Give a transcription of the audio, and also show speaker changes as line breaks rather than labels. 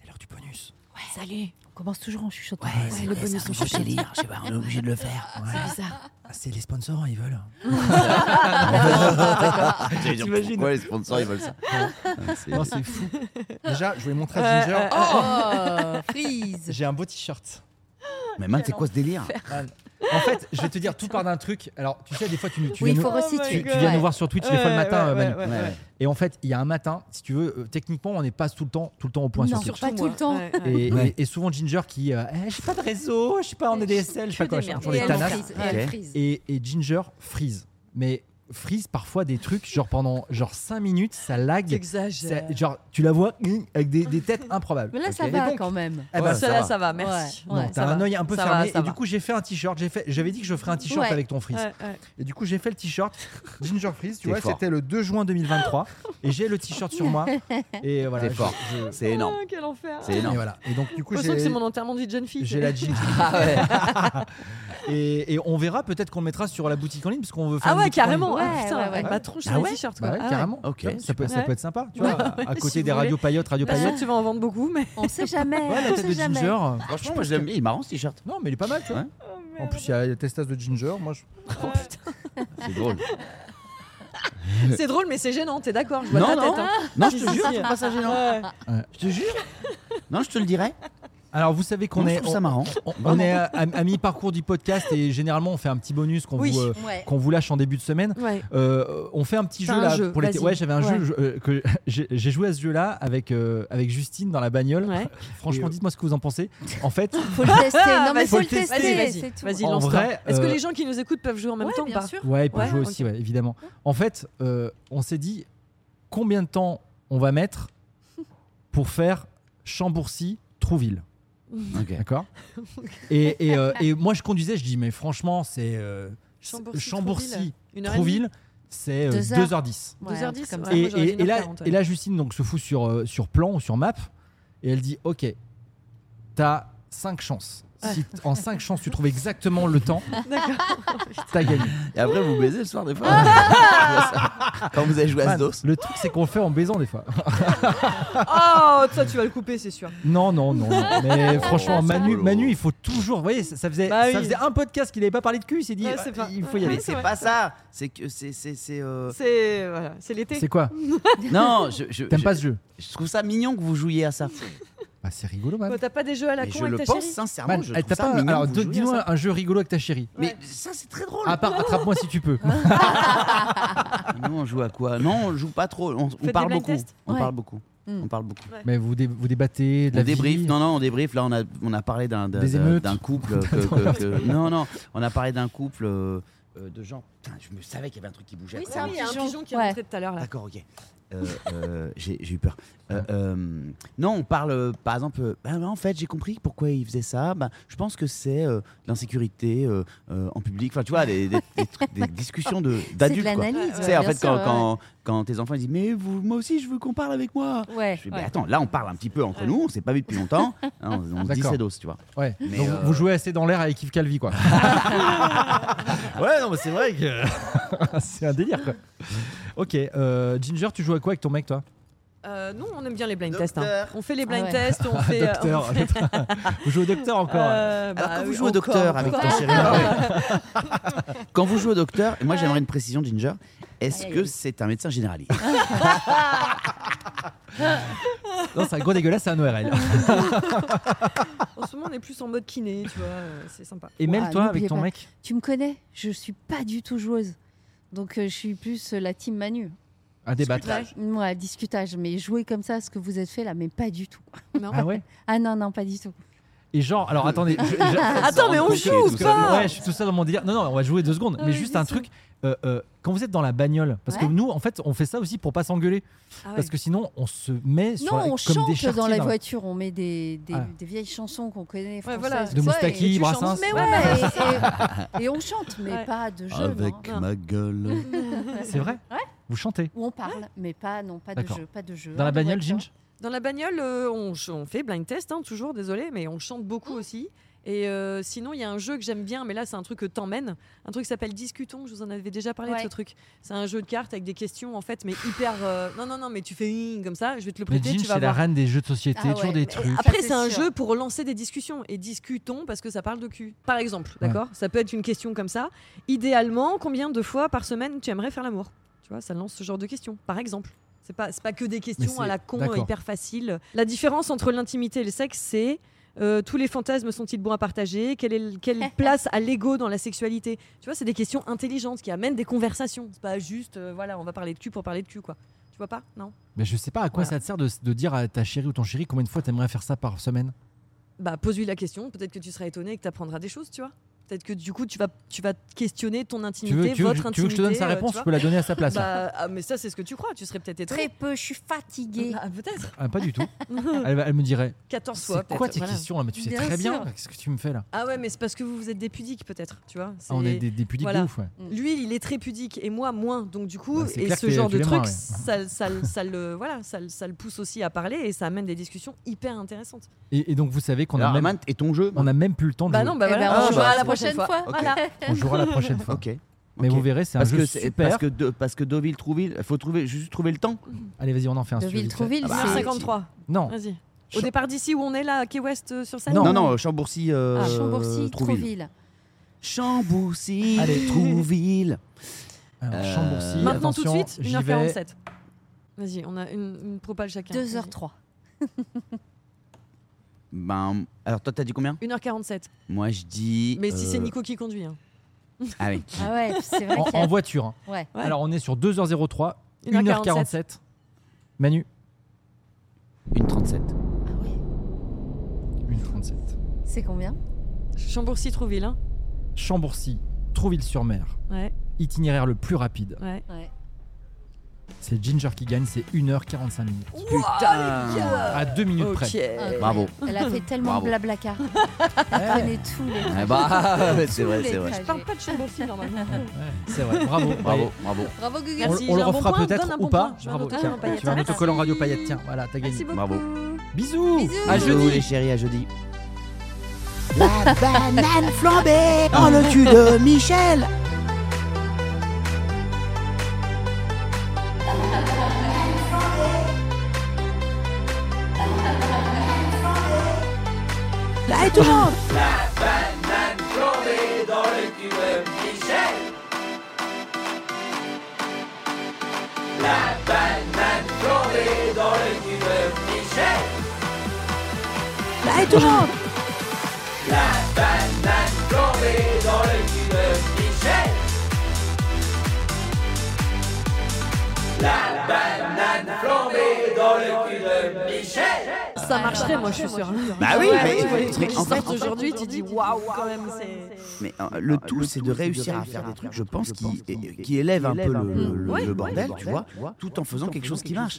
C'est l'heure du bonus.
Salut. On commence toujours en chuchotant.
Ouais, c'est
le
vrai,
bonus
c'est
en
un peu
chuchotant.
délire, je sais pas, on est obligé de le faire. Ouais.
C'est bizarre.
Ah, C'est les
hein,
sponsors, ils veulent.
J'allais dire,
T'imagines
pourquoi les sponsors ils veulent ça Ah, c'est-
Non, c'est fou. Déjà, je vais montrer
Euh,
à Ginger.
Oh, freeze.
J'ai un beau t-shirt.
Mais man, c'est quoi ce délire
Man. En fait, je vais te dire tout part d'un truc. Alors, tu sais, des fois, tu, nous- tu
Oui,
viens,
il faut
nous, tu-
resituer.
tu viens nous voir sur Twitch les fois le matin, euh, Manu.
ouais, ouais.
Et en fait, il y a un matin, si tu veux, euh, techniquement, on n'est pas tout le temps, tout le temps au point
Non,
sur Twitch.
pas tout le temps.
Et,
Ouais.
et- et souvent Ginger qui, euh, Eh, je suis pas de réseau, je suis pas en
Je-
EDSL, je sais
que
pas quoi, je
des
suis
merdes.
toujours
Et
des
elle
tanas.
freeze, et elle
Ok.
freeze.
Et, et Ginger freeze. Mais freeze parfois des trucs, genre pendant genre 5 minutes, ça lag.
T'exagères.
Ça- genre, tu la vois hum, avec des, des têtes improbables.
Mais là, ça
Ok. Et
va
donc,
quand même.
eh ben,
Ouais, ça
Cela,
va.
ça va, merci.
Ouais, ouais,
T'as
ça
un
va.
œil un peu
Ça
fermé
va, ça
et du
va.
coup j'ai fait un t-shirt, j'ai fait, j'avais dit que je ferais un t-shirt
Ouais.
avec ton freeze.
Ouais, ouais.
Et du coup j'ai fait le t-shirt Ginger Freeze, tu
T'es
vois,
fort.
c'était le 2 juin 2023 et j'ai le t-shirt sur moi et voilà.
C'est
je-
fort.
je-
C'est énorme.
Ah, quel enfer.
C'est
et
énorme.
voilà. Et donc du coup
Je sens que
j'ai
c'est mon enterrement de vie de jeune fille.
j'ai la Ginger.
Ah ouais.
et, et on verra peut-être qu'on le mettra sur la boutique en ligne parce qu'on veut faire
Ah
une
ouais,
boutique en
carrément.
Ouais,
Ah, putain,
ouais,
avec
ouais.
ma tronche
Ah
sur
ouais
les t-shirts.
Bah
quoi.
ouais,
Ah ouais.
carrément.
Ok,
Tu vois, ça, peut, ça
super.
peut être sympa, tu
Ouais.
vois, à- à côté
Si vous
des
voulez.
radios paillotes, radios
Bah,
paillettes.
Peut-être tu vas en vendre beaucoup, mais.
On sait jamais.
Ouais, la
on
tête
sait
de
jamais.
Ginger.
Franchement, moi je l'aime bien. Il est marrant ce t-shirt.
Non, mais il est pas mal, tu vois.
Ouais.
en plus, il y a la testasse de Ginger. Moi, je...
C'est drôle.
C'est drôle, mais c'est gênant, t'es d'accord Je vois
Non,
ta
non.
tête. hein.
Non,
Si,
je te
si,
jure,
si.
c'est pas ça gênant.
Ouais.
Je te jure. Non, je te le dirai.
Alors, vous savez qu'on
Non,
est.
Je trouve ça
on-
marrant.
On, on est à, à- à mi-parcours du podcast et généralement on fait un petit bonus qu'on
Oui.
vous, euh,
Ouais.
qu'on vous lâche en début de semaine.
Ouais.
Euh, on fait un petit
T'as
jeu
un
là
jeu,
pour l'été.
vas-y.
Ouais, j'avais un
Ouais.
jeu je- euh, que j'ai j'ai joué à ce jeu-là avec euh, avec Justine dans la bagnole.
Ouais.
Franchement,
Et, euh,
dites-moi ce que vous en pensez. En fait,
Faut le tester. Non, mais
Vas-y,
faut le
faut le tester.
tester.
Vas-y,
c'est tout.
vas-y,
En
lance-toi.
vrai,
Est-ce que
euh,
les gens qui nous écoutent peuvent jouer en même
Ouais,
temps ou
bien
pas
sûr.
ouais, pour
Ouais,
jouer
ok.
aussi, ouais, évidemment. En fait, euh, on s'est dit combien de temps on va mettre pour faire Chambourcy Trouville.
Ok.
D'accord et, et, euh, et moi, je conduisais, je dis, mais franchement, c'est. euh,
Chambourcy,
Chambourcy,
Une heure et demie
Trouville, c'est euh,
Deux heures.
2h10.
Ouais, un
2h10,
truc comme
ouais.
ça.
Ah,
et,
moi, j'aurais
et-
dit
et là,
1h40, ouais.
et là, Justine donc, se fout sur, euh, sur plan ou sur map et elle dit Ok, t'as 5 chances. Si t- en 5 chances tu trouves exactement le temps, t'as gagné.
Et après, vous baisez le soir des fois. Ça. Quand vous avez joué à
Man,
ce dos.
le truc, c'est qu'on le fait en baisant des fois.
Oh, ça, tu vas le couper, c'est sûr.
Non, non, non. non. Mais franchement,
Oh,
Manu,
salaud.
Manu, il faut toujours. Vous voyez, ça, ça faisait,
Bah
ça
oui.
faisait un podcast qu'il n'avait pas parlé de cul. Il s'est dit
Ouais,
ah,
c'est pas-
Il faut y
Ouais.
aller.
Mais c'est
vrai.
pas ça. C'est que c'est c'est c'est. euh,
C'est voilà, c'est l'été.
C'est quoi
Non, je je,
T'aimes
je-
pas ce jeu
je trouve ça mignon que vous jouiez à ça.
Bah, c'est rigolo, man.
Quoi, T'as pas des jeux à la
Et
con
je le
avec ta
pense
chérie
sincèrement.
Man,
je
elle
trouve
t'a
ça
pas.
mignon
Alors,
que vous
de-
jouiez à
dis-moi
ça.
un jeu rigolo avec ta chérie.
Mais ça c'est très drôle.
Attra- Attrape-moi si tu peux.
Nous on joue à quoi Ah, Non, on joue pas trop. On, on
des
parle
blind
beaucoup.
tests
On
Ouais.
parle beaucoup.
Mm.
On parle beaucoup.
Mais vous, dé- vous débattez de
On
la
débrief.
vie.
Non, non, on débrief. Là, on a, on a parlé d'un d'un-
Des émeutes.
d'un couple. que- que- que- non, non, on a parlé d'un couple euh, euh, de gens. Putain, je me savais qu'il y avait un truc qui bougeait.
Oui,
après.
c'est un
Ah oui, il y a un
pigeon.
pigeon qui est
Ouais.
rentré tout à l'heure là.
D'accord, ok. Euh, euh, j'ai j'ai eu peur. Euh, euh, non, on parle euh, par exemple. euh, bah, bah, en fait, j'ai compris pourquoi il faisait ça. Bah, je pense que c'est euh, de l'insécurité euh, euh, en public. Enfin, tu vois, des, des- des trucs- des discussions de-
C'est de
d'adultes. quoi.
l'analyse.
Tu
ouais,
sais, en
bien
fait,
sûr,
quand,
ouais.
quand, quand tes enfants ils disent Mais vous, moi aussi, je veux qu'on parle avec moi.
Ouais.
Je fais, Mais attends, là, on parle un petit peu entre nous. On s'est pas vu depuis longtemps. hein, on on se dit
D'accord.
c'est doses, tu vois.
Ouais.
Mais,
Donc,
euh,
Vous jouez assez dans l'air avec Yves Calvi, quoi.
Ouais, non, mais c'est vrai que.
c'est un délire, quoi. Ok, euh, Ginger, tu joues à quoi avec ton mec, toi
Euh, non, on aime bien les blind
Docteur.
tests. hein. On fait les blind
Ah ouais.
tests, on fait. euh,
Docteur, Vous jouez au docteur encore ouais.
euh, bah
Alors, quand vous
oui,
jouez au
encore,
docteur avec
encore.
ton chéri. quand vous jouez au docteur, et moi j'aimerais une précision, Ginger. Est-ce
Aïe, aïe,
que
aïe.
c'est un médecin généraliste
Non, c'est un gros dégueulasse, c'est un ORL.
En ce moment, on est plus en mode kiné, tu vois, euh, c'est sympa.
Et
Ouah,
même toi, avec
n'oubliez
ton
pas.
mec
Tu me connais. Je suis pas du tout joueuse. Donc euh, je suis plus euh, la team Manu.
à débattre.
Moi, discutage. Mais jouer comme ça, ce que vous êtes fait là, mais pas du tout.
Non.
Ah ouais
Ah non, non, pas du tout.
Et genre, alors attendez. je- je-
Attends, Ah, mais on
Parce que-
joue ou
parce que-
pas
ouais, je suis tout seul dans mon délire. Non, non, on va jouer deux secondes.
Ah
mais
oui,
juste
bien
un
sûr.
truc. euh, euh, quand vous êtes dans la bagnole, parce que
Ouais.
nous, en fait, on fait ça aussi pour pas s'engueuler,
Ah ouais.
parce que sinon, on se met sur
Non,
la-
on
comme des
chante
chartiers
dans la
dans la-
voiture, on met des, des,
Ah.
des vieilles chansons qu'on connaît
Ouais,
françaises.
voilà.
tout
De
ça,
Moustaki,
et-
tu chantes,
Brassens.
mais
Ouais, et- et, et on chante, mais
Ouais.
pas de jeu. hein.
Avec
non.
ma gueule.
C'est vrai
Ouais.
Vous chantez
Où on parle, mais pas, non, pas de
D'accord.
jeu, pas de jeu.
dans
hein,
la
de
bagnole,
voiture.
Ginge
Dans la bagnole, euh, on, ch- on fait blind test, hein, toujours, désolé, mais on chante beaucoup aussi. Et euh, sinon, il y a un jeu que j'aime bien, mais là, c'est un truc que t'emmènes. Un truc qui s'appelle Discutons. Je vous en avais déjà parlé de
Ouais.
ce truc. C'est un jeu de cartes avec des questions, en fait, mais hyper. euh, Non, non, non, mais tu fais Hum comme ça. Je vais te le
Mais
prêter.
Ginge,
tu vas
c'est la
voir.
reine des jeux de société,
Ah ouais,
toujours des
mais
trucs.
ah,
Après,
Ça,
c'est un
c'est sûr.
jeu pour lancer des discussions. Et discutons parce que ça parle de cul. Par exemple, d'accord Ça peut être une question comme ça. Idéalement, combien de fois par semaine tu aimerais faire l'amour Tu vois, ça lance ce genre de questions, par exemple. C'est pas, c'est pas que des questions
c'est-
à la con,
d'accord.
euh, hyper faciles. La différence entre l'intimité et le sexe, c'est. euh, tous les fantasmes sont-ils bons à partager Quelle, est- quelle place a l'ego dans la sexualité Tu vois, c'est des questions intelligentes qui amènent des conversations. C'est pas juste, euh, voilà, on va parler de cul pour parler de cul, quoi. Tu vois pas Non
Mais je sais pas à quoi
Voilà.
ça te sert de, de dire à ta chérie ou ton chéri combien de fois t'aimerais faire ça par semaine.
bah pose-lui la question, peut-être que tu seras étonné et que tu apprendras des choses, tu vois. Peut-être que du coup, tu vas, tu vas questionner ton intimité,
Tu veux, tu, veux, que
votre
je-
intimité.
tu veux que je te donne sa
euh,
réponse
tu
Je
vois.
peux la donner à sa place. là.
bah, ah, mais ça, c'est ce que tu crois, tu serais peut-être
Très
étonné.
peu, je suis fatiguée.
Ah, peut-être.
Ah, pas du tout. elle, va- elle me dirait
14 fois.
C'est quoi
peut-être,
tes
voilà.
questions là Mais tu sais
Bien
très bien.
sûr.
Qu'est-ce que tu me fais là
Ah ouais, mais c'est parce que vous, vous êtes des pudiques, peut-être, tu vois.
Ah, On
C'est-
est des, des pudiques
Voilà.
de ouf, ouais.
Lui, il est très pudique et moi moins. Donc du coup,
Bah, c'est
et
clair
ce
que
genre
tu
de
les
truc,
moins, ouais.
ça, ça- ça le voilà, ça, le- ça le pousse aussi à parler et ça amène des discussions hyper intéressantes.
Et, et donc, vous savez qu'on a,
Alors,
même,
Amand, et ton jeu
on a même plus le temps de
Bah
jouer.
non, bah
Eh ben,
voilà,
on
Ah,
jouera
jouera
bah,
la prochaine fois.
Ok.
Voilà.
On jouera la prochaine fois.
Ok.
Mais
ok.
vous verrez, c'est un
parce
jeu
que c'est-
super.
parce que de- parce que Deauville Trouville, faut trouver juste trouver le temps.
Allez, vas-y, on en fait un.
De
si tu veux, vite fait.
Ville-Trouville,
Ah bah,
c'est
53.
Non,
Vas-y. Au
Cha-
départ d'ici où on est là, à Key West euh, sur scène
Non.
Non non, Chambourcy euh,
Ah, Chambourcy,
Trouville.
Trouville.
Chambourcy
Allez.
Trouville.
Alors,
Euh,
Chambourcy,
Maintenant tout de
attention,
suite,
j'y vais.
1h47. Vas-y, on a une, une propale chacun.
2h03.
Ben alors toi t'as dit combien
Vas-y. 1h47.
Moi je dis
Mais si
euh,
c'est Nico qui conduit. hein.
Ah oui.
Ah ouais, c'est vrai
En,
qu'il y
en
a...
voiture. hein.
Ouais.
Ouais.
Alors, on est sur 2h03,
1h47.
1h47. Manu,
Une 37.
Ah ouais.
1h37.
C'est combien
Chambourcy Trouville. Hein.
Chambourcy, Trouville-sur-Mer,
Ouais,
itinéraire le plus rapide.
ouais.
Ouais.
C'est Ginger qui gagne, c'est 1h45 minutes.
Putain.
À 2 minutes
Ok.
près.
Bravo.
Euh, Elle a fait tellement de
Bravo.
blablacar. Elle
Ouais.
connaît tous les.
Eh bah,
tous
c'est vrai,
les
c'est vrai.
trajets.
Je parle pas de Chambourcy normalement.
Ouais, c'est vrai, bravo.
Bravo, bravo.
Bravo Gugu.
On-
Merci,
on
j'ai
le
un bon
refera
point,
peut-être
donne un
ou
bon
pas.
point. Je vais
Bravo.
noter un
Tiens,
en paillettes.
tu vas mettre au
Merci.
collant radio paillettes. Tiens, voilà, t'as
Merci
gagné.
beaucoup.
Bravo.
Bisous.
Bisous.
À
Bisous,
jeudi.
les chéris, à jeudi.
La banane flambée dans le cul de Michel. Allez tout le monde La banane flambée dans le cul de Michel Allez tout le monde
Ah, Ça marcherait, moi, je suis sûre.
Bah oui, mais, mais en-
Enregistre aujourd'hui, tu dis waouh, quand même, c'est.
mais, euh, le tout, c'est de réussir à faire des trucs, je pense, qui, qui élèvent un peu le, le- le
Ouais.
bordel, tu vois, tout en faisant quelque chose qui marche.